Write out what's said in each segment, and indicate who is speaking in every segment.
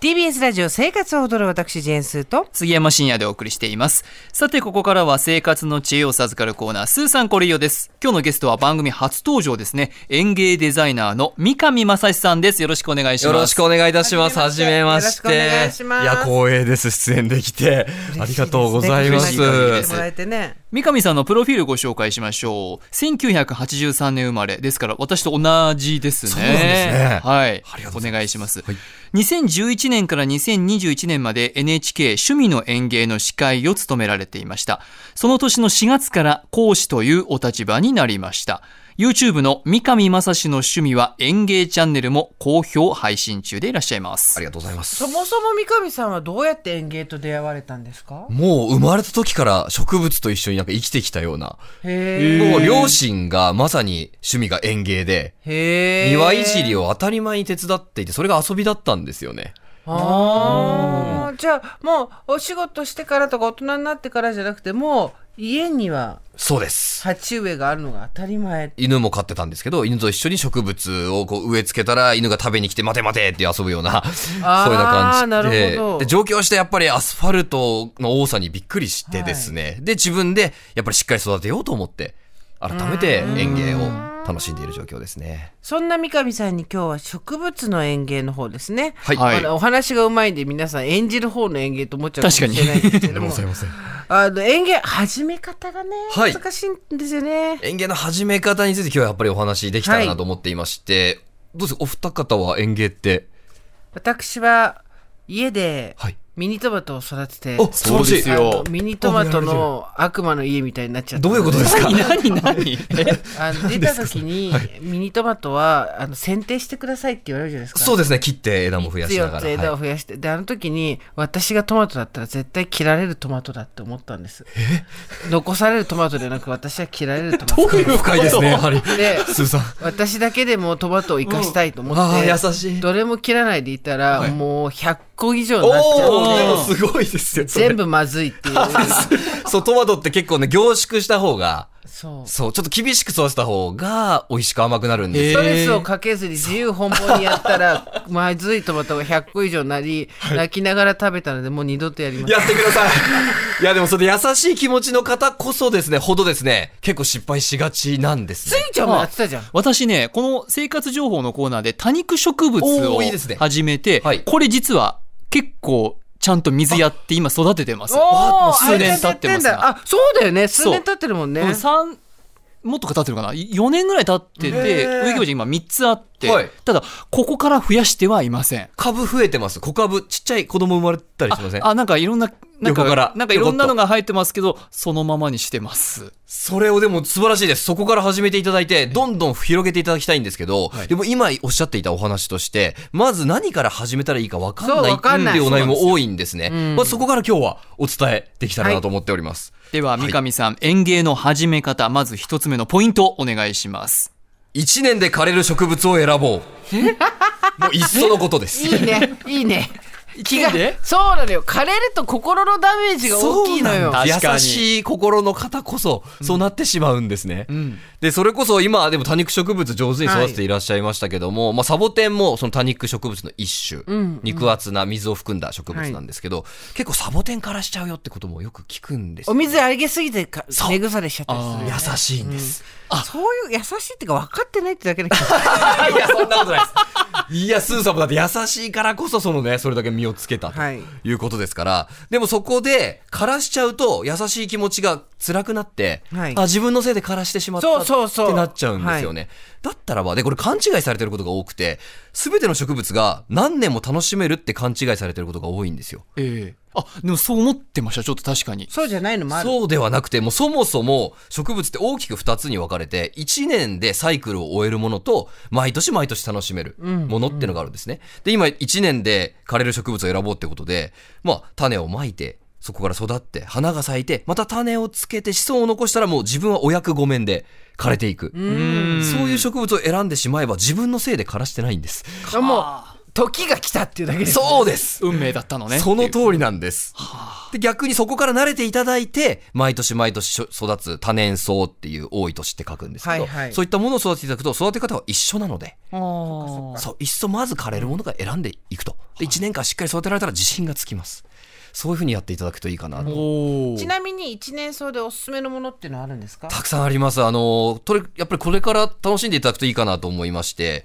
Speaker 1: TBS ラジオ生活を踊る私ジェーンスーと
Speaker 2: 杉山深也でお送りしていますさてここからは生活の知恵を授かるコーナースーさんこれよです今日のゲストは番組初登場ですね園芸デザイナーの三上正史さんですよろしくお願いします
Speaker 3: よろしくお願いいたします。
Speaker 1: は
Speaker 3: は
Speaker 1: じ
Speaker 3: じ
Speaker 1: め
Speaker 3: め
Speaker 1: ま
Speaker 3: ま
Speaker 1: し
Speaker 3: してて。
Speaker 1: よろしくお願いします
Speaker 3: や、光栄です。出演できて。ありがとうございま
Speaker 1: 嬉し
Speaker 3: す。
Speaker 1: いですね来て
Speaker 2: す
Speaker 1: もらえてね
Speaker 2: 三上さんのプロフィールご紹介しましょう1983年生まれですから私と同じですね
Speaker 3: そうなんですね
Speaker 2: はい
Speaker 3: ありがとうござ
Speaker 2: お
Speaker 3: います
Speaker 2: 願いします、
Speaker 3: はい
Speaker 2: 2011年から2021年まで NHK 趣味の園芸の司会を務められていましたその年の4月から講師というお立場になりました YouTube の三上正史の趣味は園芸チャンネルも好評配信中でいらっしゃいます
Speaker 3: ありがとうございます
Speaker 1: そ。もそも三上さんはどうやって園芸と出会われたんですか
Speaker 3: もう生まれた時から植物と一緒になんか生きてきたような。
Speaker 1: へ
Speaker 3: もう両親がまさに趣味が園芸で、
Speaker 1: えへえ
Speaker 3: 庭いじりを当たり前に手伝っていて、それが遊びだったんですよね。
Speaker 1: ああじゃあもうお仕事してからとか大人になってからじゃなくてもう家には
Speaker 3: そうです。
Speaker 1: 鉢植えがあるのが当たり前
Speaker 3: 犬も飼ってたんですけど、犬と一緒に植物をこう植え付けたら、犬が食べに来て、待て待てって遊ぶような、そういうような感じで。
Speaker 1: なるほど
Speaker 3: で、上京してやっぱりアスファルトの多さにびっくりしてですね、で、自分でやっぱりしっかり育てようと思って、改めて園芸を楽しんでいる状況ですね。
Speaker 1: そんな三上さんに今日は植物の園芸の方ですね
Speaker 3: はい
Speaker 2: はい
Speaker 1: あのお話がうまいんで皆さん演じる方の園芸と思っちゃうかもしれないですけども
Speaker 3: ません。
Speaker 1: あの園芸始め方がね、
Speaker 3: はい
Speaker 1: 難しいんですよね。
Speaker 3: 園芸の始め方について今日はやっぱりお話できたらなと思っていまして、どうですかお二方は園芸って。
Speaker 1: 私は家で
Speaker 3: はい
Speaker 1: ミニトマトを育てて、
Speaker 3: お素晴らしい
Speaker 2: そうですよ
Speaker 1: あのミニトマトの悪魔の家みたいになっちゃった。
Speaker 3: どういうことですか
Speaker 2: 何何何
Speaker 1: あの出た時にミニトマトはあの剪定してくださいって言われるじゃないですか。
Speaker 3: そうですね、切って枝も増やしなが
Speaker 1: 強
Speaker 3: ら。
Speaker 1: く枝を
Speaker 3: はい
Speaker 1: 増やして、であの時に私がトマトだったら絶対切られるトマトだって思ったんです残されるトマトでなく私は切られるトマト
Speaker 3: 深いですね、やはり。
Speaker 1: で
Speaker 3: スーさん。
Speaker 1: 私だけでもトマトを生かしたいと思
Speaker 3: あ
Speaker 1: っ
Speaker 3: あ、
Speaker 1: て、
Speaker 3: 優しい。
Speaker 1: どれも切らないでいたら、もう100個以上になっち
Speaker 3: おおで
Speaker 1: ゃ
Speaker 3: も
Speaker 1: って
Speaker 3: すごいですよ。それ
Speaker 1: 全部まずいっていう
Speaker 3: そう、トマトって結構ね、凝縮した方が、
Speaker 1: そうス
Speaker 3: そう、ちょっと厳しく育てた方が、美味しく甘くなるんです
Speaker 2: へ
Speaker 3: よ。
Speaker 1: トレスをかけずに自由奔放にやったらまずいトマトが100個以上になり、泣きながら食べたのでもう二度とやりません
Speaker 3: やってください。 いや、でもそれ優しい気持ちの方こそですね、ほどですね、結構失敗しがちなんですね。
Speaker 1: ちゃんもやってたじゃん
Speaker 2: 私ね、この生活情報のコーナーで多肉植物を
Speaker 3: おーいいですね
Speaker 2: 始めて、
Speaker 3: はい
Speaker 2: これ実は結構ちゃんと水やって今育ててます。
Speaker 1: おー
Speaker 2: 数年経ってますが。
Speaker 1: あそうだよね数
Speaker 2: そう
Speaker 1: 年経ってるもんね
Speaker 2: 3もっとか経ってるかな4年ぐらい経ってて
Speaker 3: へー
Speaker 2: 植木鉢今3つあって、
Speaker 3: はい
Speaker 2: ただここから増やしてはいません
Speaker 3: 株増えてます。小株、ちっちゃい子供生まれたりしません
Speaker 2: あなんかいろんななんか
Speaker 3: 横から
Speaker 2: なんかいろんなのが生えてますけどそのままにしてます
Speaker 3: それをでも素晴らしいです。そこから始めていただいて、どんどん広げていただきたいんですけど、
Speaker 2: い
Speaker 3: でも今おっしゃっていたお話として、まず何から始めたらいいか分かん
Speaker 1: そう
Speaker 3: ない
Speaker 1: わかんない
Speaker 3: っていうお悩みも多いんですね。
Speaker 1: ん
Speaker 3: まあ、そこから今日はお伝えできたらなと思っております。
Speaker 2: では三上さん、園芸の始め方まず一つ目のポイントお願いします
Speaker 3: 一年で枯れる植物を選ぼう。もういっそのことです。
Speaker 1: いいねいいね気が
Speaker 2: 一年で
Speaker 1: そうなのよ枯れると心のダメージが大きいのよ
Speaker 3: そうなんだ
Speaker 2: 確かに
Speaker 3: 優しい心の方こそ、そうなってしまうんですね。で、それこそ今、でも多肉植物上手に育てていらっしゃいましたけども、まあサボテンもその多肉植物の一種、肉厚な水を含んだ植物なんですけど、結構サボテンからしちゃうよってこともよく聞くんです
Speaker 1: お
Speaker 3: よ。
Speaker 1: 水あげすぎてか
Speaker 3: そう
Speaker 1: 根腐れしちゃったりするよね
Speaker 3: 優しいんです。
Speaker 1: そういう優しいっていうか分かってないってだけだけど
Speaker 3: いや、そんな ことないです。いや、スーさんもだって優しいからこそ、そのね、それだけ身をつけたと
Speaker 1: はい
Speaker 3: いうことですから、でもそこで、枯らしちゃうと、優しい気持ちが辛くなって、
Speaker 1: はい
Speaker 3: あ、自分のせいで枯らしてしまった
Speaker 1: そうそうそう
Speaker 3: ってなっちゃうんですよね。だったらば、で、これ勘違いされてることが多くて、すべての植物が何年も楽しめるって勘違いされてることが多いんですよ。
Speaker 2: ええあでもそう思ってましたちょっと確かに
Speaker 1: そうじゃないのもある
Speaker 3: そうではなくて、もうそもそも植物って大きく2つに分かれて、1年でサイクルを終えるものと、毎年毎年楽しめるものってのがあるんですね。で、今1年で枯れる植物を選ぼうってことで、まあ、種をまいて、そこから育って、花が咲いて、また種をつけて子孫を残したらもう自分はお役御免で枯れていく。そういう植物を選んでしまえば自分のせいで枯らしてないんです。
Speaker 1: あもう時が来たっていうだけです
Speaker 3: そうです
Speaker 2: 運命だったのね
Speaker 3: その
Speaker 2: り
Speaker 3: 通りなんです。で逆にそこから慣れていただいて、毎年毎年しょ育つ多年草っていう多い年って書くんですけど、
Speaker 1: はいはい
Speaker 3: そういったものを育てていただくと、育て方は一緒なので、
Speaker 2: あ
Speaker 3: そう、いっそまず枯れるものから選んでいくと。で、1年間しっかり育てられたら自信がつきます。そういうふうにやっていただくといいかなと。
Speaker 2: おお
Speaker 1: ちなみに一年草でおすすめのものっていうのはあるんですか
Speaker 3: たくさんあります。あの、とれ、やっぱりこれから楽しんでいただくといいかなと思いまして、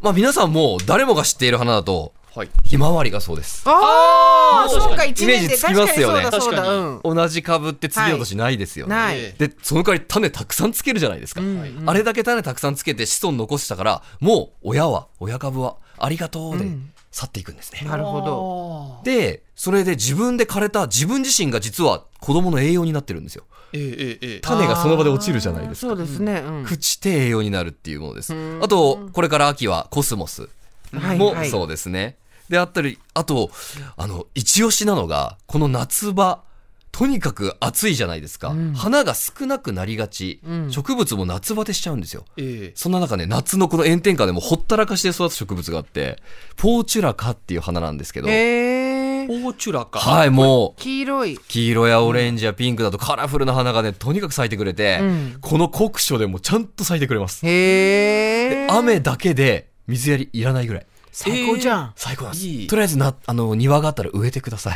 Speaker 3: まあ皆さんもう誰もが知っている花だと、
Speaker 2: はい
Speaker 3: ひまわりがそうです。
Speaker 1: ああ
Speaker 2: ー
Speaker 1: そうか
Speaker 3: イ
Speaker 1: 一
Speaker 3: メ
Speaker 1: 年
Speaker 3: ージ
Speaker 1: で
Speaker 3: つき
Speaker 1: 確
Speaker 3: ま
Speaker 1: かに
Speaker 3: すよ
Speaker 1: そう
Speaker 3: ね
Speaker 1: だそう
Speaker 2: 確
Speaker 1: だ
Speaker 2: かに
Speaker 1: うん
Speaker 3: 同じ株って次の年ないですよね。
Speaker 1: はい
Speaker 2: え
Speaker 3: で、その代わり種たくさんつけるじゃないですか。
Speaker 1: うんうん
Speaker 3: あれだけ種たくさんつけて子孫残したから、もう親は、親株は、ありがとうで
Speaker 1: うん
Speaker 3: 去っていくんですね。
Speaker 1: なるほど
Speaker 2: ど
Speaker 3: で、それで自分で枯れた自分自身が実は子供の栄養になってるんですよ。
Speaker 2: ええええええ
Speaker 3: 種がその場で落ちるじゃないですか
Speaker 1: あーそうですねうん
Speaker 3: 朽ちて栄養になるっていうものです
Speaker 1: うん。
Speaker 3: あと、これから秋はコスモス
Speaker 1: はい
Speaker 3: も
Speaker 1: はい
Speaker 3: そうですね。であったり、あと、あの、一押しなのが、この夏場、とにかく暑いじゃないですか。
Speaker 1: うん
Speaker 3: 花が少なくなりがち
Speaker 1: う。ん
Speaker 3: 植物も夏バテしちゃうんですよ。
Speaker 2: ええ
Speaker 3: そんな中ね、夏のこの炎天下でもほったらかして育つ植物があって、ポーチュラカっていう花なんですけど、
Speaker 1: へえ
Speaker 2: ポーチュラか
Speaker 3: はい、もう、
Speaker 1: 黄色い
Speaker 3: 黄色やオレンジやピンクだとカラフルな花がね、とにかく咲いてくれて、
Speaker 1: うん
Speaker 3: この酷暑でもちゃんと咲いてくれます。
Speaker 1: へえ
Speaker 3: で雨だけで水やりいらないぐらい
Speaker 1: 最高じゃんわ
Speaker 3: 最高なんです
Speaker 2: いい
Speaker 3: とりあえずなあの庭があったら植えてください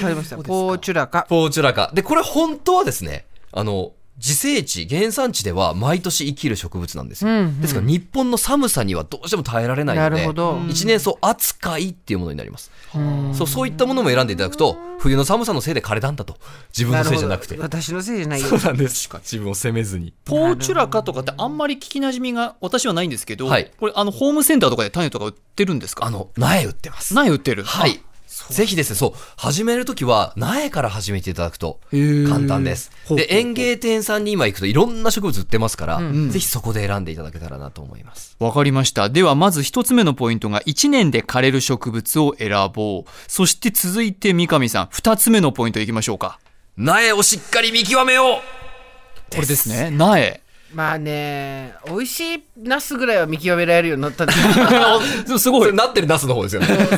Speaker 1: かりました
Speaker 2: そうですか
Speaker 1: ポーチュラカ
Speaker 3: ポーチュラカでこれ本当はですねあの自生地原産地では毎年生きる植物なんですよ、
Speaker 1: うんうん
Speaker 3: ですから日本の寒さにはどうしても耐えられないの
Speaker 1: な
Speaker 3: で
Speaker 1: るほど
Speaker 3: 一年草扱いっていうものになります、
Speaker 1: うん
Speaker 3: そうそういったものも選んでいただくと冬の寒さのせいで枯れたんだと自分のせいじゃなくて
Speaker 1: るほど私のせいじゃないよ
Speaker 3: そうなんです自分を責めずに
Speaker 2: ポーチュラカとかってあんまり聞きなじみが私はないんですけど、
Speaker 3: はい
Speaker 2: これあのホームセンターとかで種とか売ってるんですか
Speaker 3: あの苗売ってます
Speaker 2: 苗売ってる
Speaker 3: はい。ぜひですね、そう、始めるときは苗から始めていただくと簡単です。
Speaker 2: ほうほう
Speaker 3: で、
Speaker 2: ほう
Speaker 3: 園芸店さんに今行くといろんな植物売ってますから、
Speaker 2: ん
Speaker 3: ぜひそこで選んでいただけたらなと思います。
Speaker 2: わかりましたではまず一つ目のポイントが1年で枯れる植物を選ぼうそして続いて三上さん2つ目のポイントいきましょうか
Speaker 3: 苗をしっかり見極めよう
Speaker 2: これですね苗
Speaker 1: まあね美味しいナスぐらいは見極められるようにな ったんですけ
Speaker 2: す
Speaker 3: そ
Speaker 2: ご
Speaker 3: れ
Speaker 2: い
Speaker 3: なってるナスの 方ですよね。
Speaker 1: どし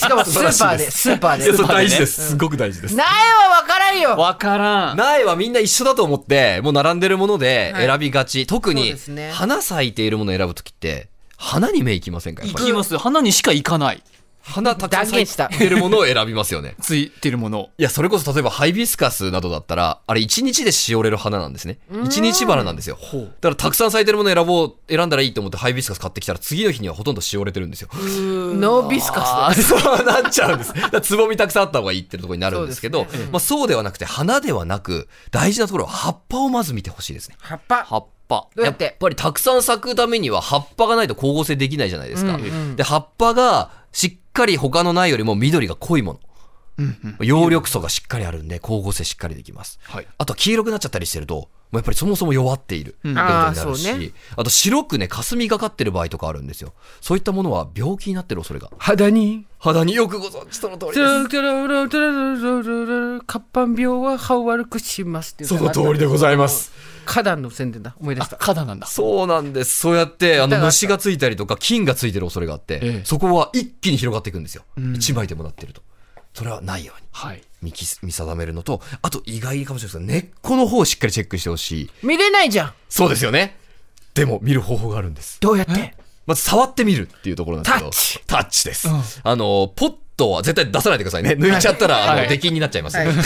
Speaker 1: かもスーパーでスーパーで
Speaker 3: いやそれ
Speaker 2: ーパーでね
Speaker 3: 大事です。すごく大事です。
Speaker 1: 苗は分からんよ
Speaker 2: わからん
Speaker 3: 苗はみんな一緒だと思って、もう並んでるもので
Speaker 1: はい
Speaker 3: 選びがち。
Speaker 1: そ
Speaker 3: 特
Speaker 1: う
Speaker 3: に
Speaker 1: ですね、
Speaker 3: 花咲いているものを選ぶときって、花に目いきませんかやっぱ
Speaker 2: 行
Speaker 3: り
Speaker 2: きます花にしか行かない
Speaker 3: 花たくさん咲いているものを選びますよね。
Speaker 2: ついてるもの
Speaker 3: いや、それこそ例えばハイビスカスなどだったら、あれ一日でしおれる花なんですね。一日花なんですよ。だからたくさん咲いてるものを選ぼう、選んだらいいと思ってハイビスカス買ってきたら次の日にはほとんどしおれてるんですよ。
Speaker 1: ノービスカ
Speaker 3: あー そうなっちゃうんです。だからつぼみたくさんあった方がいいっていうところになるんですけど、
Speaker 1: そうですね
Speaker 3: まあそうではなくて花ではなく、大事なところは葉っぱをまず見てほしいですね。
Speaker 1: ス葉っぱ
Speaker 2: 葉っぱ
Speaker 1: どうや
Speaker 3: やっ
Speaker 1: って
Speaker 3: ぱりたくさん咲くためには葉っぱがないと光合成できないじゃないですか。
Speaker 1: うんうん
Speaker 3: で、葉っぱがしっかり他の苗よりも緑が濃いもの。葉緑素がしっかりあるんで光合成しっかりできます。
Speaker 2: はい
Speaker 3: あとは黄色くなっちゃったりしてると、もうやっぱりそもそも弱っているってことに
Speaker 1: あ
Speaker 3: な
Speaker 1: ー
Speaker 3: るし、
Speaker 1: そ
Speaker 3: あ
Speaker 1: うね
Speaker 3: と白くね、霞がかってる場合とかあるんですよ。そういったものは病気になってる恐れが。
Speaker 1: 肌に
Speaker 3: 肌によくご存知その通り
Speaker 1: ト
Speaker 3: で
Speaker 1: ゥルトゥルルトゥルルルルルル活版病は歯を悪くしますっていう
Speaker 3: す。その通りでございます。
Speaker 1: 花壇の宣伝だ思い出した
Speaker 2: 花なんだ
Speaker 3: そうなんです。そうやって、あ
Speaker 1: 痛か
Speaker 3: の、
Speaker 1: った
Speaker 3: 虫がついたりとか、菌がついてる恐れがあって、
Speaker 2: ええ
Speaker 3: そこは一気に広がっていくんですよ。一、枚でもなってると。それはないように
Speaker 2: はい
Speaker 3: 見き見定めるのと、あと意外かもしれないですけど、根っこの方をしっかりチェックしてほしい。
Speaker 1: 見れないじゃん
Speaker 3: そうですよね。でも見る方法があるんです。
Speaker 1: どうやって
Speaker 3: まず触ってみるっていうところなんですけ
Speaker 1: タ
Speaker 3: ど。
Speaker 1: ッチ
Speaker 3: タッチです。
Speaker 2: うん
Speaker 3: あの、ポットは絶対出さないでくださいね。抜いちゃったら、
Speaker 2: はい
Speaker 3: あ
Speaker 2: は
Speaker 3: の、
Speaker 2: い
Speaker 3: 出禁になっちゃいます。
Speaker 1: はい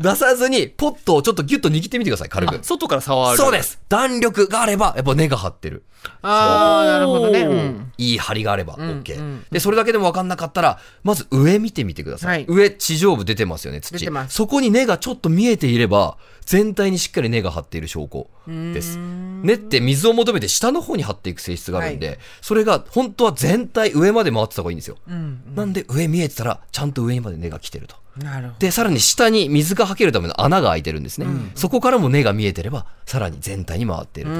Speaker 3: 出さずに、ポットをちょっとギュッと握ってみてください、軽く。
Speaker 2: 外から触る
Speaker 3: そうです。弾力があれば、やっぱ根が張ってる。
Speaker 1: ああなるほどねうん
Speaker 3: いい張りがあれば
Speaker 1: ん
Speaker 3: OK。
Speaker 1: うん
Speaker 3: で、それだけでも分かんなかったら、まず上見てみてください。
Speaker 1: はい
Speaker 3: 上、地上部出てますよね、土。
Speaker 1: 出てます
Speaker 3: そこに根がちょっと見えていれば、全体にしっかり根が張っている証拠です。根って水を求めて下の方に張っていく性質があるんで、
Speaker 1: は
Speaker 3: それが本当は全体上まで回ってた方がいいんですよ。
Speaker 1: うん
Speaker 3: なんで上見えてたら、ちゃんと上にまで根が来てると。
Speaker 1: なるほど
Speaker 3: で、さらに下に水がはけるための穴が開いてるんですね。そこからも根が見えてれば、さらに全体に回っていると。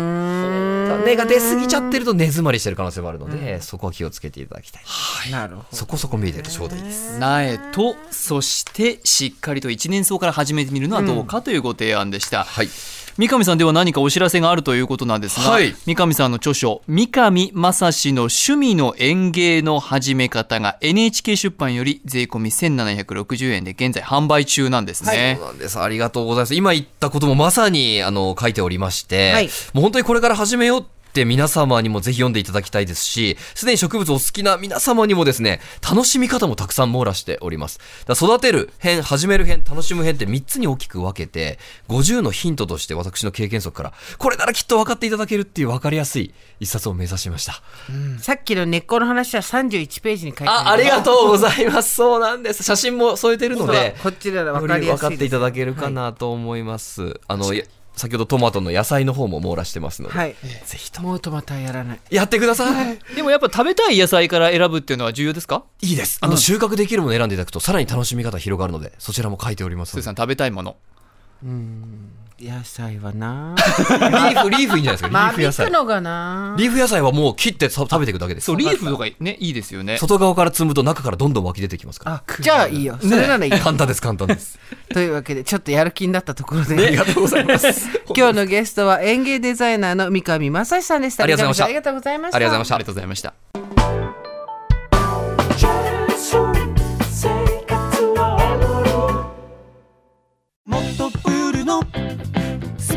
Speaker 3: 根が出すぎちゃってると根詰まりしてる可能性もあるので、そこは気をつけていただきたい。
Speaker 1: なるほど
Speaker 3: そこそこ見えてるとちょうどいいです。
Speaker 2: 苗とそしてしっかりと一年草から始めてみるのはどうかというご提案でした、
Speaker 3: はい。
Speaker 2: 三上さんでは何かお知らせがあるということなんですが、
Speaker 3: はい
Speaker 2: 三上さんの著書「三上正史の趣味の園芸の始め方」が NHK 出版より税込み1760円で現在販売中なんですね
Speaker 3: そう、なんです。ありがとうございます。今言ったこともまさに、あの、書いておりまして、
Speaker 1: はい
Speaker 3: もう本当にこれから始めようって皆様にもぜひ読んでいただきたいですし、すでに植物お好きな皆様にもですね、楽しみ方もたくさん網羅しております。だから育てる編、始める編、楽しむ編って3つに大きく分けて、50のヒントとして私の経験則から、これならきっと分かっていただけるっていう分かりやすい一冊を目指しました。
Speaker 1: さっきの根っこの話は31ページに書いてる
Speaker 3: あ、ありがとうございます。そうなんです。写真も添えてるので。
Speaker 1: こっちなら
Speaker 3: よ
Speaker 1: 分
Speaker 3: り
Speaker 1: かりや
Speaker 3: 分
Speaker 1: す
Speaker 3: か
Speaker 1: い
Speaker 3: っ
Speaker 1: です
Speaker 3: ていただけるかなと思います、あのや先ほどトマトの野菜の方も網羅してますので、
Speaker 1: はい、ぜひともうトマトはやらない
Speaker 3: やってください
Speaker 2: でもやっぱ食べたい野菜から選ぶっていうのは重要ですか
Speaker 3: いいですあの収穫できるものを選んでいただくとさらに楽しみ方広がるのでそちらも書いております
Speaker 2: スー
Speaker 3: ので
Speaker 2: さん食べたいもの
Speaker 1: 野菜はな
Speaker 3: リーフリーフいいんじゃないですかリ
Speaker 1: 間
Speaker 3: ーフ野
Speaker 1: 引
Speaker 3: 菜
Speaker 1: くのがな
Speaker 3: リーフ野菜はもう切ってさ食べていくだけです
Speaker 2: そうリーフとかねいいですよね
Speaker 3: 外側から摘むと中からどんどん湧き出てきますから
Speaker 1: あじゃあいいよそれならいいよ、
Speaker 3: 簡単です簡単です
Speaker 1: というわけでちょっとやる気になったところで、
Speaker 3: ありがとうございます
Speaker 1: 今日のゲストは園芸デザイナーの三上正史さんでした
Speaker 3: ありがとうございました
Speaker 1: 三上さんありがとうございました
Speaker 3: あ
Speaker 2: あ
Speaker 3: りがとうございました
Speaker 2: りがとうございました
Speaker 4: 「もっとプールのス